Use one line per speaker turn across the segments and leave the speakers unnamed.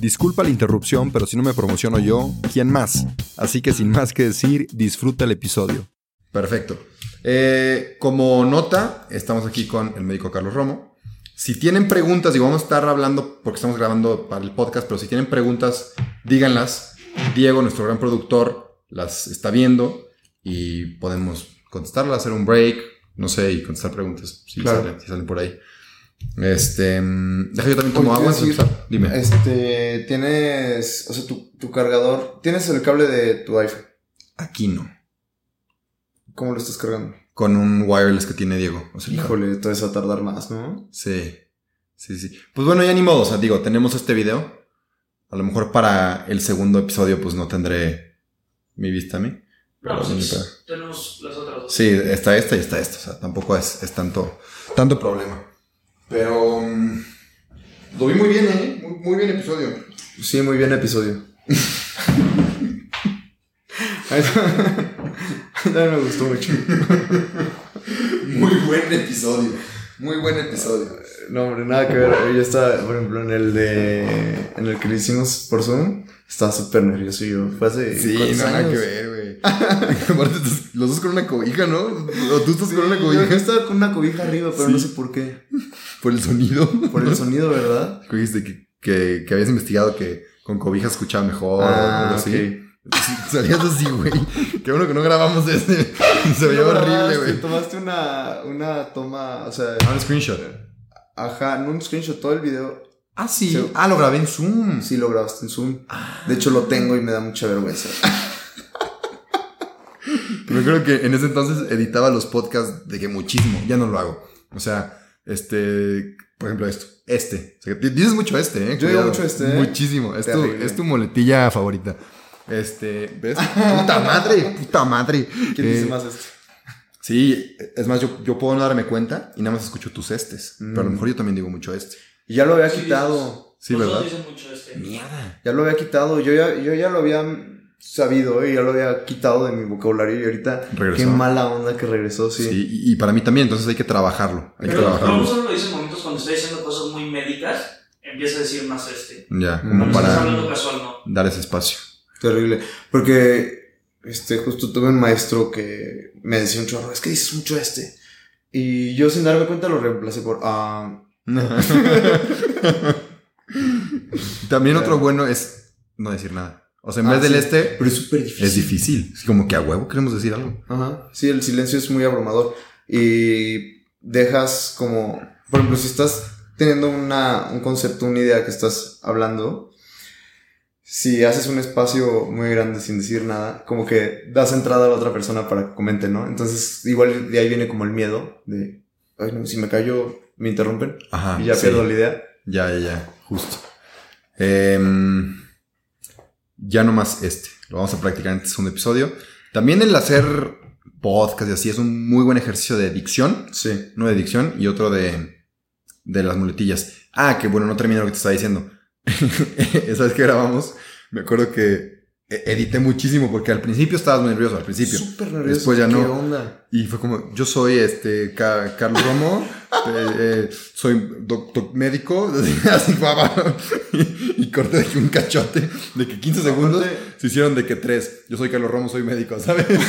Disculpa la interrupción, pero si no me promociono yo, ¿quién más? Así que sin más que decir, disfruta el episodio. Perfecto. Eh, como nota, estamos aquí con el médico Carlos Romo. Si tienen preguntas, y vamos a estar hablando porque estamos grabando para el podcast, pero si tienen preguntas, díganlas. Diego, nuestro gran productor, las está viendo y podemos contestarlas, hacer un break, no sé, y contestar preguntas si,
Claro.
salen, si salen por ahí. Este, mm, deja yo también tomo
Oye,
agua.
te iba a
entonces,
decir,
dime.
Este, tienes, o sea, tu, tu cargador, tienes el cable de tu iPhone.
Aquí no.
¿Cómo lo estás cargando?
Con un wireless que tiene Diego. O sea,
Híjole, te vas a tardar más, ¿no?
Sí. Sí, sí. Pues bueno, ya ni modo. O sea, digo, tenemos este video. A lo mejor para el segundo episodio, pues no tendré mi vista a mí. Pero
No,
sí,
pues,
pero-
tenemos las otras dos.
Sí, está esta y está esta. O sea, tampoco es, es tanto, tanto problema. Pero. mm, lo vi muy bien, ¿eh? Muy, muy bien episodio.
Sí, muy bien episodio. A mí me gustó mucho.
Muy buen episodio. Muy buen episodio.
Ah, No, hombre, nada que ver. Yo estaba, por ejemplo, en el de, en el que lo hicimos por Zoom, estaba súper nervioso yo. Fue hace
Sí, no,
¿cuántos
nada
años?
que ver, güey. Aparte, estás- los dos con una cobija, ¿no? O tú estás con una
Yo, yo
cobija.
estaba con una cobija arriba, pero
Sí.
no sé por qué.
Por el sonido.
Por el sonido, ¿verdad?
que dijiste que, que, que habías investigado que con cobija escuchaba mejor o algo
Ah,
así.
ok.
Salías así, güey. Qué bueno que no grabamos ese. Se veía
No
horrible,
grabaste,
güey.
Tomaste una, una toma, o sea,
Ah, Un screenshot.
ajá, no un screenshot, todo el video.
Ah, sí.
Sí.
Ah, lo grabé en Zoom.
Sí lo grabaste en Zoom. De hecho, lo tengo y me da mucha vergüenza.
Yo creo que en ese entonces editaba los podcasts de que muchísimo. Ya no lo hago. O sea, este. Por ejemplo, esto. Este. O sea, que dices mucho este, ¿eh?
Yo digo mucho este, ¿eh?
Muchísimo. Es tu,
Terrible.
es tu moletilla favorita. Este. ¿Ves? puta madre, puta madre.
¿Quién
Eh,
dice más esto?
Sí, es más, yo, yo puedo no darme cuenta y nada más escucho tus estes.
Mm.
Pero a lo mejor yo también digo mucho este.
Y ya lo había
Sí,
quitado.
Sí,
Los dos
¿verdad?
dicen mucho este.
Mierda.
Ya lo había quitado. Yo ya, yo ya lo había sabido y ya lo había quitado de mi vocabulario. Y ahorita,
Regresó.
qué mala onda que regresó, sí.
Sí, y, y para mí también, entonces hay que trabajarlo. Hay que
Pero Ron
trabajarlo.
solo lo dice en momentos cuando está diciendo cosas muy médicas, empieza a decir más este.
Ya,
No
como
Cuando estás
para
hablando casual, no.
dar ese espacio.
Terrible. Porque este, justo tuve un maestro que me decía un chorro, es que dices mucho este. Y yo sin darme cuenta lo reemplacé por ah.
también
Claro.
otro bueno es no decir nada. O sea, en
Ah,
vez del
sí.
este,
Pero es súper difícil.
es difícil. Es como que a huevo queremos decir algo.
Ajá. Sí, el silencio es muy abrumador. Y dejas como. Por ejemplo, si estás teniendo una, un concepto, una idea que estás hablando, si haces un espacio muy grande sin decir nada, como que das entrada a la otra persona para que comente, ¿no? Entonces, igual de ahí viene como el miedo de. Ay, no, si me callo, me interrumpen
Ajá.
y ya
Ah, sí.
pierdo la idea.
Ya, ya, ya. Justo. Em, ya nomás este. Lo vamos a practicar en este segundo episodio. También el hacer podcast y así es un muy buen ejercicio de dicción.
Sí.
Uno de dicción y otro de, de las muletillas. Ah, que bueno, no termino lo que te estaba diciendo. Esa vez que grabamos, me acuerdo que e- edité muchísimo porque al principio estabas muy nervioso, al principio.
Súper nervioso.
Después ya
¿Qué
no.
onda?
Y fue como, yo soy este Ca- Carlos Romo, eh, eh, soy doctor médico, así guapa. y, y corté de que un cachote de que 15 segundos
Aparte-
se hicieron de que tres. Yo soy Carlos Romo, soy médico, ¿sabes? Pero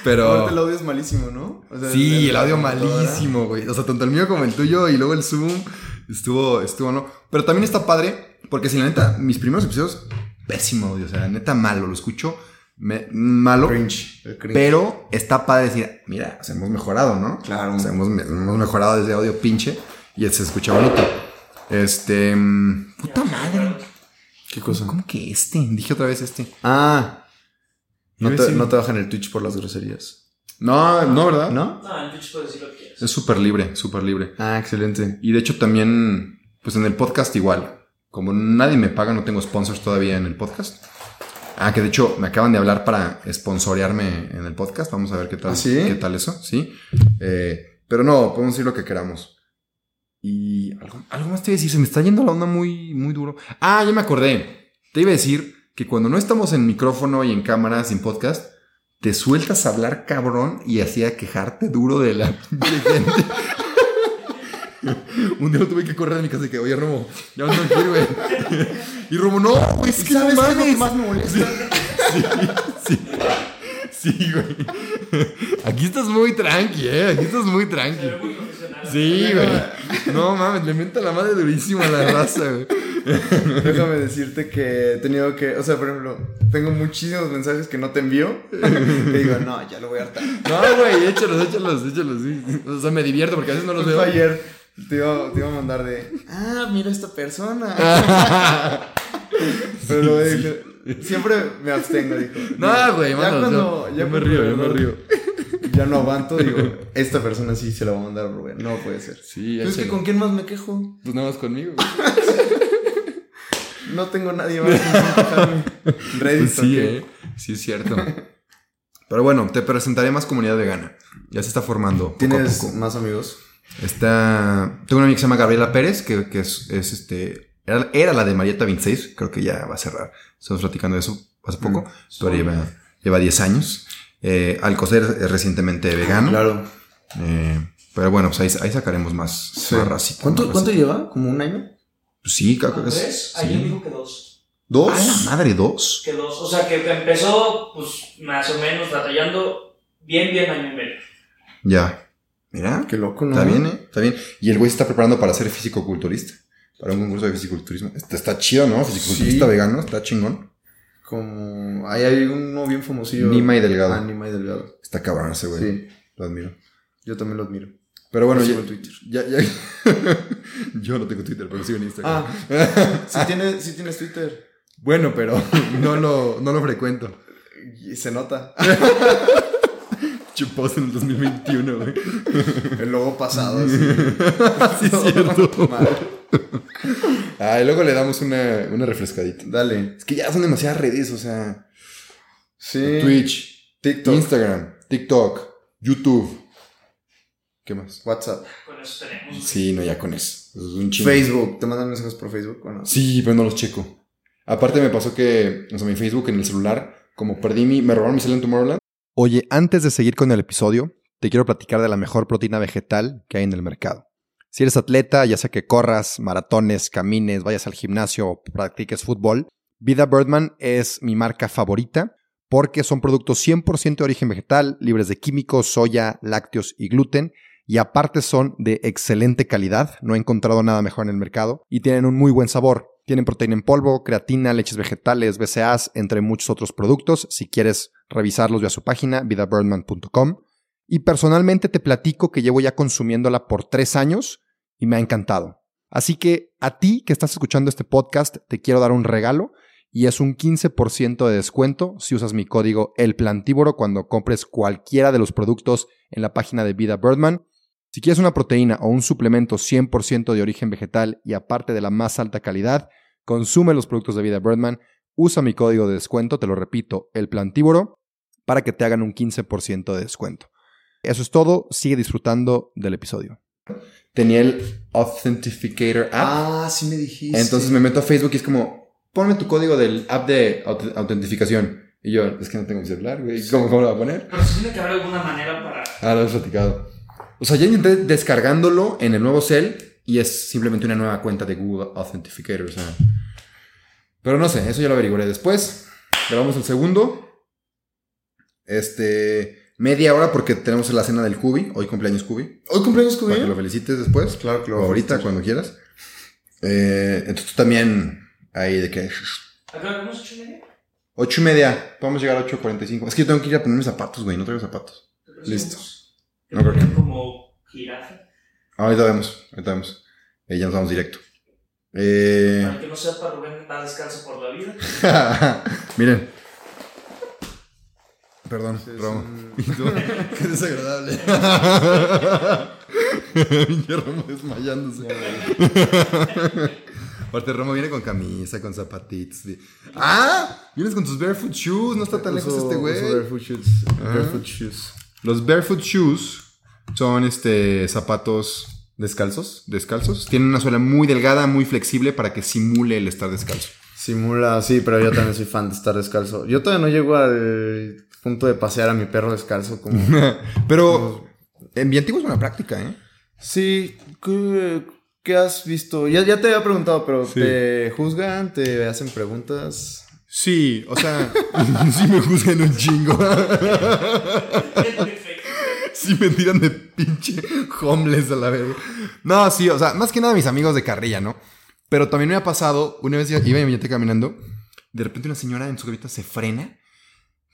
Aparte, el audio es malísimo, ¿no? O sea,
Ah. sí, el audio
la computadora.
malísimo, güey. O sea, tanto el mío como el tuyo y luego el Zoom estuvo estuvo no. Pero también está padre porque si la neta mis primeros episodios pésimo audio, o sea, neta malo, lo escucho me- malo,
Cringe. El cringe.
pero está padre decir, mira, o sea, hemos mejorado, ¿no?
Claro.
O sea, hemos, hemos mejorado desde audio pinche y se escucha bonito. Este... mm, Puta madre.
¿Qué cosa?
¿Cómo que este? Dije otra vez este.
Ah. No
Yo
te,
sí.
no te bajan el Twitch por las groserías.
No, no, ¿verdad?
¿No?
No, en Twitch puedes decir lo que quieras.
Es súper libre, súper libre.
Ah, excelente.
Y de hecho también, pues en el podcast igual. Como nadie me paga, no tengo sponsors todavía en el podcast. Ah, que de hecho me acaban de hablar para sponsorearme en el podcast. Vamos a ver qué tal,
¿Ah, sí?
qué tal eso, sí. Eh, pero no, podemos decir lo que queramos. Y algo, algo más te iba a decir, se me está yendo la onda muy, muy duro. Ah, ya me acordé. Te iba a decir que cuando no estamos en micrófono y en cámara sin podcast, te sueltas a hablar cabrón y así a quejarte duro de la pinche gente. Un día lo tuve que correr de mi casa y que, oye, Romo, ya no quiero, güey. Y Romo, no, güey, es que no
¿Sabes qué es lo que
mames.
más me molesta?
Sí, sí, sí, güey. Aquí estás muy tranqui, eh. Aquí estás muy
Se
tranqui.
ve muy profesional.
Sí, güey. No mames, le mienta la madre durísima a la raza, güey.
Déjame decirte que he tenido que, o sea, por ejemplo, tengo muchísimos mensajes que no te envío. Que digo, no, ya lo voy a hartar.
No, güey, échalos, échalos, échalos, sí. O sea, me divierto porque a veces no los
Justo
veo.
ayer te iba, te iba a mandar de, ah, mira esta persona. Pero luego dije, siempre me abstengo, dijo.
No, güey,
ya
mándalos,
cuando-
yo-
ya
yo me
cuando
río,
de
yo me
verdad
río.
Ya no aguanto, digo, esta persona sí se la va a mandar a Rubén. No puede ser.
Sí,
Pero es que
échalo.
con quién más me quejo.
Pues nada más conmigo, güey.
No tengo nadie más con quien quejarme. Reddit,
Pues sí,
¿o qué?
eh. Sí, es cierto. Pero bueno, te presentaré más comunidad vegana. Ya se está formando. poco a
¿Tienes
poco.
más amigos?
Está. Tengo una amiga que se llama Gabriela Pérez, que, que es, es, este. Era, era la de Marieta 26, creo que ya va a cerrar. Estamos platicando de eso hace poco. Pero lleva, lleva 10 años. Eh, Alcocer es recientemente vegano.
Claro.
Eh, pero bueno, pues ahí, ahí sacaremos más, más racita,
¿Cuánto,
más
cuánto
racita.
lleva? ¿Como un año?
Pues sí, creo que
¿Tres?
es.
Alguien
sí.
dijo que dos.
¿Dos?
Ah,
¡A la madre, dos!
Que dos. O sea, que que empezó, pues, más o menos, batallando bien, bien año y medio.
Ya. Mira.
Ah, Qué loco, ¿no?
Está bien, ¿eh? Está bien. Y el güey se está preparando para ser fisicoculturista. Para un concurso de fisiculturismo. Está, está chido, ¿no? Fisiculturista
Sí.
vegano, está chingón.
Como. Ahí hay uno bien famosillo.
Nima y Delgado.
Ah, Nima y Delgado.
Está cabrón ese güey.
Sí.
Lo admiro.
Yo también lo admiro.
Pero bueno,
Lo
ya,
sigo en Twitter.
ya- ya- Yo no tengo Twitter, pero lo sigo en Instagram.
Ah, sí, tienes, sí tienes Twitter.
Bueno, pero no lo, no lo frecuento.
Y se nota.
Chupos en el 2021, güey.
El logo pasado. Así.
sí, es cierto.
Mal.
Ah, y luego le damos una, una refrescadita.
Dale.
Es que ya son demasiadas redes, o sea.
Sí.
Twitch,
TikTok.
Instagram, TikTok, YouTube. ¿Qué más?
WhatsApp.
Con eso tenemos.
Sí, no, ya con eso. Eso es un chingo.
Facebook. ¿Te mandan mensajes por Facebook o no?
Sí, pero no los checo. Aparte me pasó que, o sea, mi Facebook en el celular, como perdí mi, me robaron mi celular en Tomorrowland. Oye, antes de seguir con el episodio, te quiero platicar de la mejor proteína vegetal que hay en el mercado. Si eres atleta, ya sea que corras, maratones, camines, vayas al gimnasio o practiques fútbol, Vida Birdman es mi marca favorita porque son productos 100% de origen vegetal, libres de químicos, soya, lácteos y gluten y aparte son de excelente calidad, no he encontrado nada mejor en el mercado y tienen un muy buen sabor. Tienen proteína en polvo, creatina, leches vegetales, BCAAs, entre muchos otros productos. Si quieres revisarlos, ve a su página vidabirdman.com. Y personalmente te platico que llevo ya consumiéndola por tres años y me ha encantado. Así que a ti que estás escuchando este podcast, te quiero dar un regalo y es un 15% de descuento si usas mi código ELPLANTÍBORO cuando compres cualquiera de los productos en la página de Vida Birdman. Si quieres una proteína o un suplemento 100% de origen vegetal y aparte de la más alta calidad, consume los productos de Vida Birdman, usa mi código de descuento, te lo repito, el plantívoro, para que te hagan un 15% de descuento. Eso es todo, sigue disfrutando del episodio. Tenía el Authenticator app,
Ah, sí me dijiste.
entonces me meto a Facebook y es como, ponme tu código del app de aut- autentificación. Y yo, es que no tengo mi celular, güey, ¿cómo, cómo lo voy a poner?
Pero sí tiene que haber alguna manera para.
Ah, lo has platicado. O sea, ya intenté descargándolo en el nuevo Cell y es simplemente una nueva cuenta de Google Authenticator. o sea. Pero no sé, eso ya lo averiguaré después. Grabamos el segundo. Este. Media hora porque tenemos la cena del Cubi. Hoy cumpleaños Cubi.
¿Hoy cumpleaños
Para que lo
Cubillo?
felicites después.
Claro que
O ahorita, cuando quieras. Eh, entonces tú también. Ahí de que.
¿A qué hora comemos ocho y media?
Ocho y media. Podemos llegar a 8.45. Es que yo tengo que ir a ponerme zapatos, güey. No traigo zapatos. Listo.
No creo que. Como jirafa.
Ah, Ahorita vemos. Ahorita vemos. Eh, ya nos vamos directo. Eh...
Para el que no sepa, Rubén da descanso por la vida.
Miren. Perdón,
Sí, es
Romo.
un-
Qué desagradable. Pinche Romo desmayándose.
Aparte, Romo viene con camisa, con zapatitos. de- ¡Ah! Vienes con tus barefoot shoes. No está tan lejos
Uso-
este
uso
güey.
Barefoot shoes.
Ah.
Barefoot shoes.
Los barefoot shoes son este zapatos descalzos. Descalzos. Tienen una suela muy delgada, muy flexible para que simule el estar descalzo.
Simula, sí, pero yo también soy fan de estar descalzo. Yo todavía no llego al punto de pasear a mi perro descalzo como...
Pero en bien antiguo es buena práctica, ¿eh?
Sí, ¿qué, qué has visto? Ya, ya te había preguntado, pero
Sí.
¿te juzgan? ¿Te hacen preguntas?
Sí, o sea, sí me juzgan un chingo.
Perfecto.
Sí me tiran de pinche homeless a la verga. No, sí, o sea, más que nada mis amigos de carrilla, ¿no? Pero también me ha pasado, una vez iba en mi yate caminando, de repente una señora en su camioneta se frena,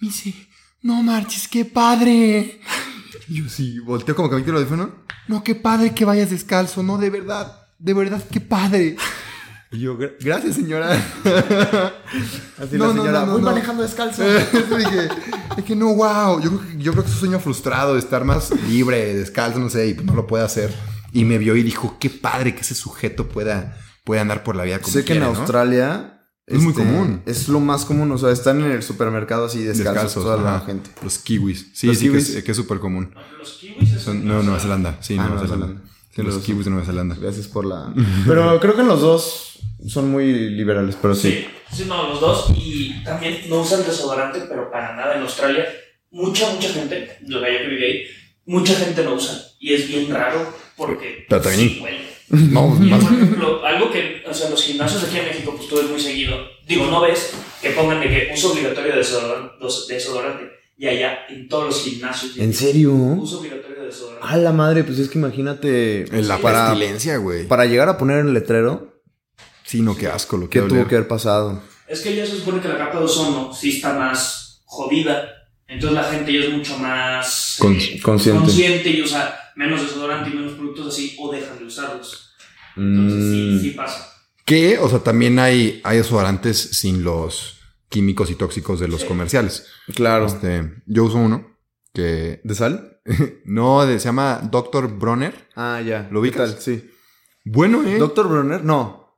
me dice, no marches, qué padre. Y yo sí, volteo como que me quito el audífono, no, qué padre que vayas descalzo, no, de verdad, de verdad, qué padre. Y yo, "Gra- gracias señora.
Así
No,
la
no,
señora,
no, Eh. no,
voy
no.
manejando descalzo.
dije, es que no, wow. Yo creo que, yo creo que es un sueño frustrado de estar más libre, descalzo, no sé, y pues no lo puede hacer. Y me vio y dijo, qué padre que ese sujeto pueda, pueda andar por la vida como
sé que en
quiera, ¿no?".
Australia... este,
Es muy común.
Es lo más común, o sea, están en el supermercado así descalzos,
Descalzos,
toda la
ajá.
gente.
Los kiwis. Sí,
Los
sí, que es-
kiwis.
que es súper común.
Los kiwis es
Son, no, Nueva Zelanda. Sí,
Ah,
Nueva
Nueva
Zelanda.
Zelanda.
Sí, los
Los-
kiwis de Nueva Zelanda.
Gracias por la... Pero creo que en los dos son muy liberales, pero sí.
Sí, sí, no, los dos. Y también no usan desodorante, pero para nada en Australia. Mucha, mucha gente, lo que yo que viví ahí, mucha gente lo usa. Y es bien raro porque.
Pero también-
sí huele.
No,
Y, por
más-
ejemplo, algo que, o sea, los gimnasios aquí en México, pues tú ves muy seguido. Digo, no ves que pongan de que uso obligatorio de desodorante. dos- desodorante. Y allá, en todos los gimnasios.
¿En serio?
Uso obligatorio de desodorante.
A la madre, pues es que imagínate...
la
para-
pestilencia, güey.
Para llegar a poner el letrero,
Sí, no, qué asco lo
¿qué
que
tuvo que haber pasado?
Es que ya se supone que la capa de ozono sí está más jodida. Entonces la gente ya es mucho más
Con-
eh,
consciente.
consciente y usa menos desodorante y menos productos así o dejan de usarlos. Entonces sí,
Mm.
sí pasa.
Que, o sea, también hay, hay desodorantes sin los químicos y tóxicos de los
Sí.
comerciales.
Claro.
Este, yo uso uno que
¿De sal?
No, de- se llama Dr. Bronner.
Ah, ya.
¿Lo
¿Qué
ubicas?
tal? Sí.
Bueno, eh.
¿Doctor Brunner? No.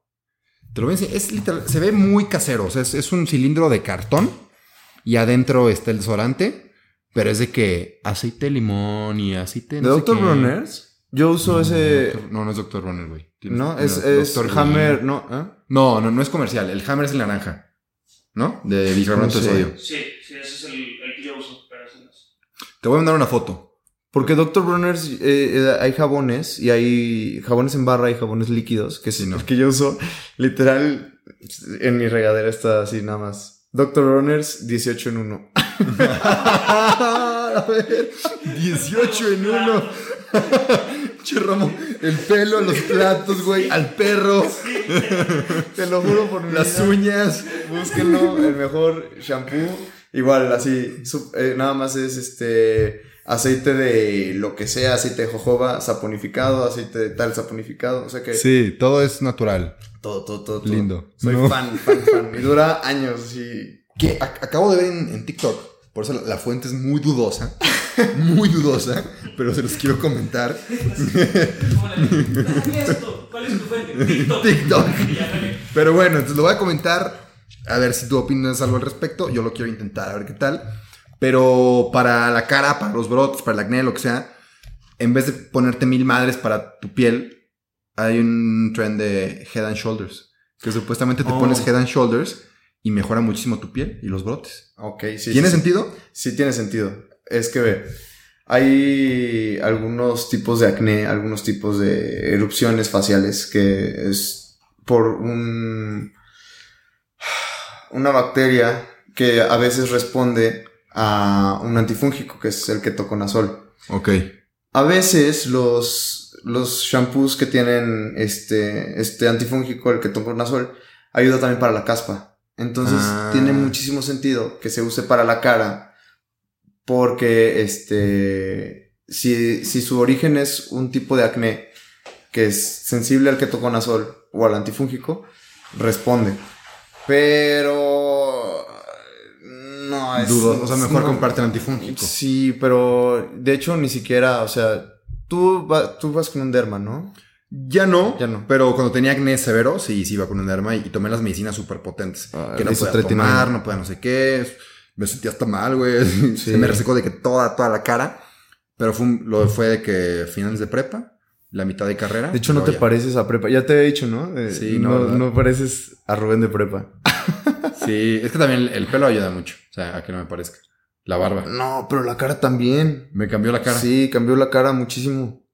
Te lo voy a enseñar. Es literal- se ve muy casero. O sea, es, es un cilindro de cartón y adentro está el desodorante, pero es de que aceite de limón y aceite.
¿De
no sé
Dr.
qué.
Brunner's? Yo uso
No,
ese.
Dr. No, no es Dr. Bronner, güey. Tienes-
No,
tienes
es, es
Dr.
Hammer.
Bronner.
No, ¿eh?
No, no, no es comercial. El Hammer es el naranja. ¿No? De bicarbonato de
No sé.
sodio.
Sí, sí, ese es el, el que yo uso. Pero ese no es.
Te voy a mandar una foto.
Porque Dr. Brunner's eh, eh, hay jabones y hay jabones en barra y jabones líquidos. Que
Sí,
sí,
no.
no. Que yo uso literal en mi regadera está así nada más. Dr. Brunner's 18 en 1.
A ver, 18 en uno. Che, Romo, el pelo, los platos, güey, al perro,
Te lo juro por mi
las
vida.
uñas.
Búsquenlo, el mejor shampoo. Igual, así, su- eh, nada más es este aceite de lo que sea, aceite de jojoba saponificado, aceite de tal saponificado, o sea que
Sí, todo es natural.
todo, todo, todo, todo.
Lindo.
Soy
No.
fan, fan, fan. Y dura años y...
Que ac- acabo de ver en, en TikTok, por eso la, la fuente es muy dudosa, muy dudosa, pero se los quiero comentar.
Como la- ¿Qué es esto? ¿Cuál es tu fuente? TikTok.
TikTok.
Y ya, dale.
Pero bueno, entonces lo voy a comentar, a ver si tú opinas algo al respecto, yo lo quiero intentar, a ver qué tal. Pero para la cara, para los brotes, para el acné, lo que sea, en vez de ponerte mil madres para tu piel, hay un trend de Head and Shoulders, que supuestamente te
Oh.
pones Head and Shoulders y mejora muchísimo tu piel y los brotes.
Ok, sí.
¿Tiene
sí,
sentido?
Sí tiene sentido. Es que ve, hay algunos tipos de acné, algunos tipos de eh, erupciones faciales que es por un una bacteria que a veces responde a un antifúngico que es el ketoconazol.
Ok.
A veces los los shampoos que tienen este este antifúngico el ketoconazol ayuda también para la caspa. Entonces
Ah.
tiene muchísimo sentido que se use para la cara. Porque este. Si, si su origen es un tipo de acné que es sensible al ketoconazol o al antifúngico, responde. Pero. No, Ah, es.
Dudo. O sea, mejor
no.
comparte el antifúngico.
Sí, pero de hecho ni siquiera, o sea, tú, va- tú vas con un derma, ¿no?
Ya no,
Ya no.
Pero cuando tenía acné severo, sí, sí iba con un derma y, y tomé las medicinas súper potentes.
Ah,
que no podía
lisotretina.
tomar, no podía no sé qué. Me sentía hasta mal, güey. Se me resecó de que toda, toda la cara. Pero fue, un- lo, fue de que finales de prepa, la mitad de carrera.
De hecho, no
luego
te
ya.
pareces a prepa. Ya te había dicho, ¿no? Eh,
Sí, no,
no,
¿verdad?
no pareces a Rubén de prepa.
Sí, es que también el, el pelo ayuda mucho. O sea, a que no me parezca. La barba.
No, pero la cara también.
Me cambió la cara.
Sí, cambió la cara muchísimo.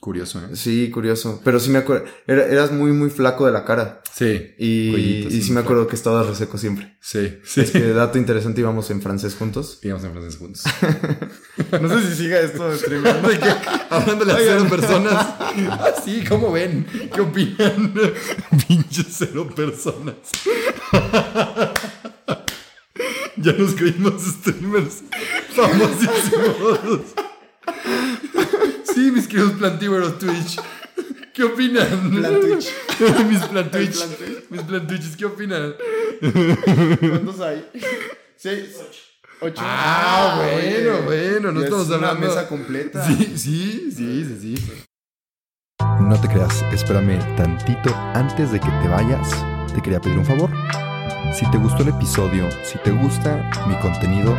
Curioso, ¿eh?
Sí, curioso. Pero sí me acuerdo. era- eras muy, muy flaco de la cara.
Sí,
Y,
Cuellito,
y
sí,
sí
muy
me acuerdo que estabas reseco siempre.
sí, sí.
Es que, dato interesante, íbamos en francés juntos.
Digamos en francés juntos.
No sé si siga esto streameando.
De que, hablándole a cero personas. Así, ¿cómo ven? ¿Qué opinan? Pinches cero personas. ya nos creímos streamers famosísimos. sí, mis queridos plantívoros Twitch. ¿Qué opinan?
Plantwitch.
mis plantwitch.
El plantwitch.
Mis plantwitches, ¿qué opinan?
¿Cuántos hay? Seis, ocho.
Ah, bueno, bueno, no
Es
estamos
una
hablando.
mesa completa.
Sí, sí, sí, sí, sí.
No te creas, espérame tantito antes de que te vayas. Te quería pedir un favor. Si te gustó el episodio, si te gusta mi contenido,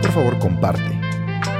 por favor comparte.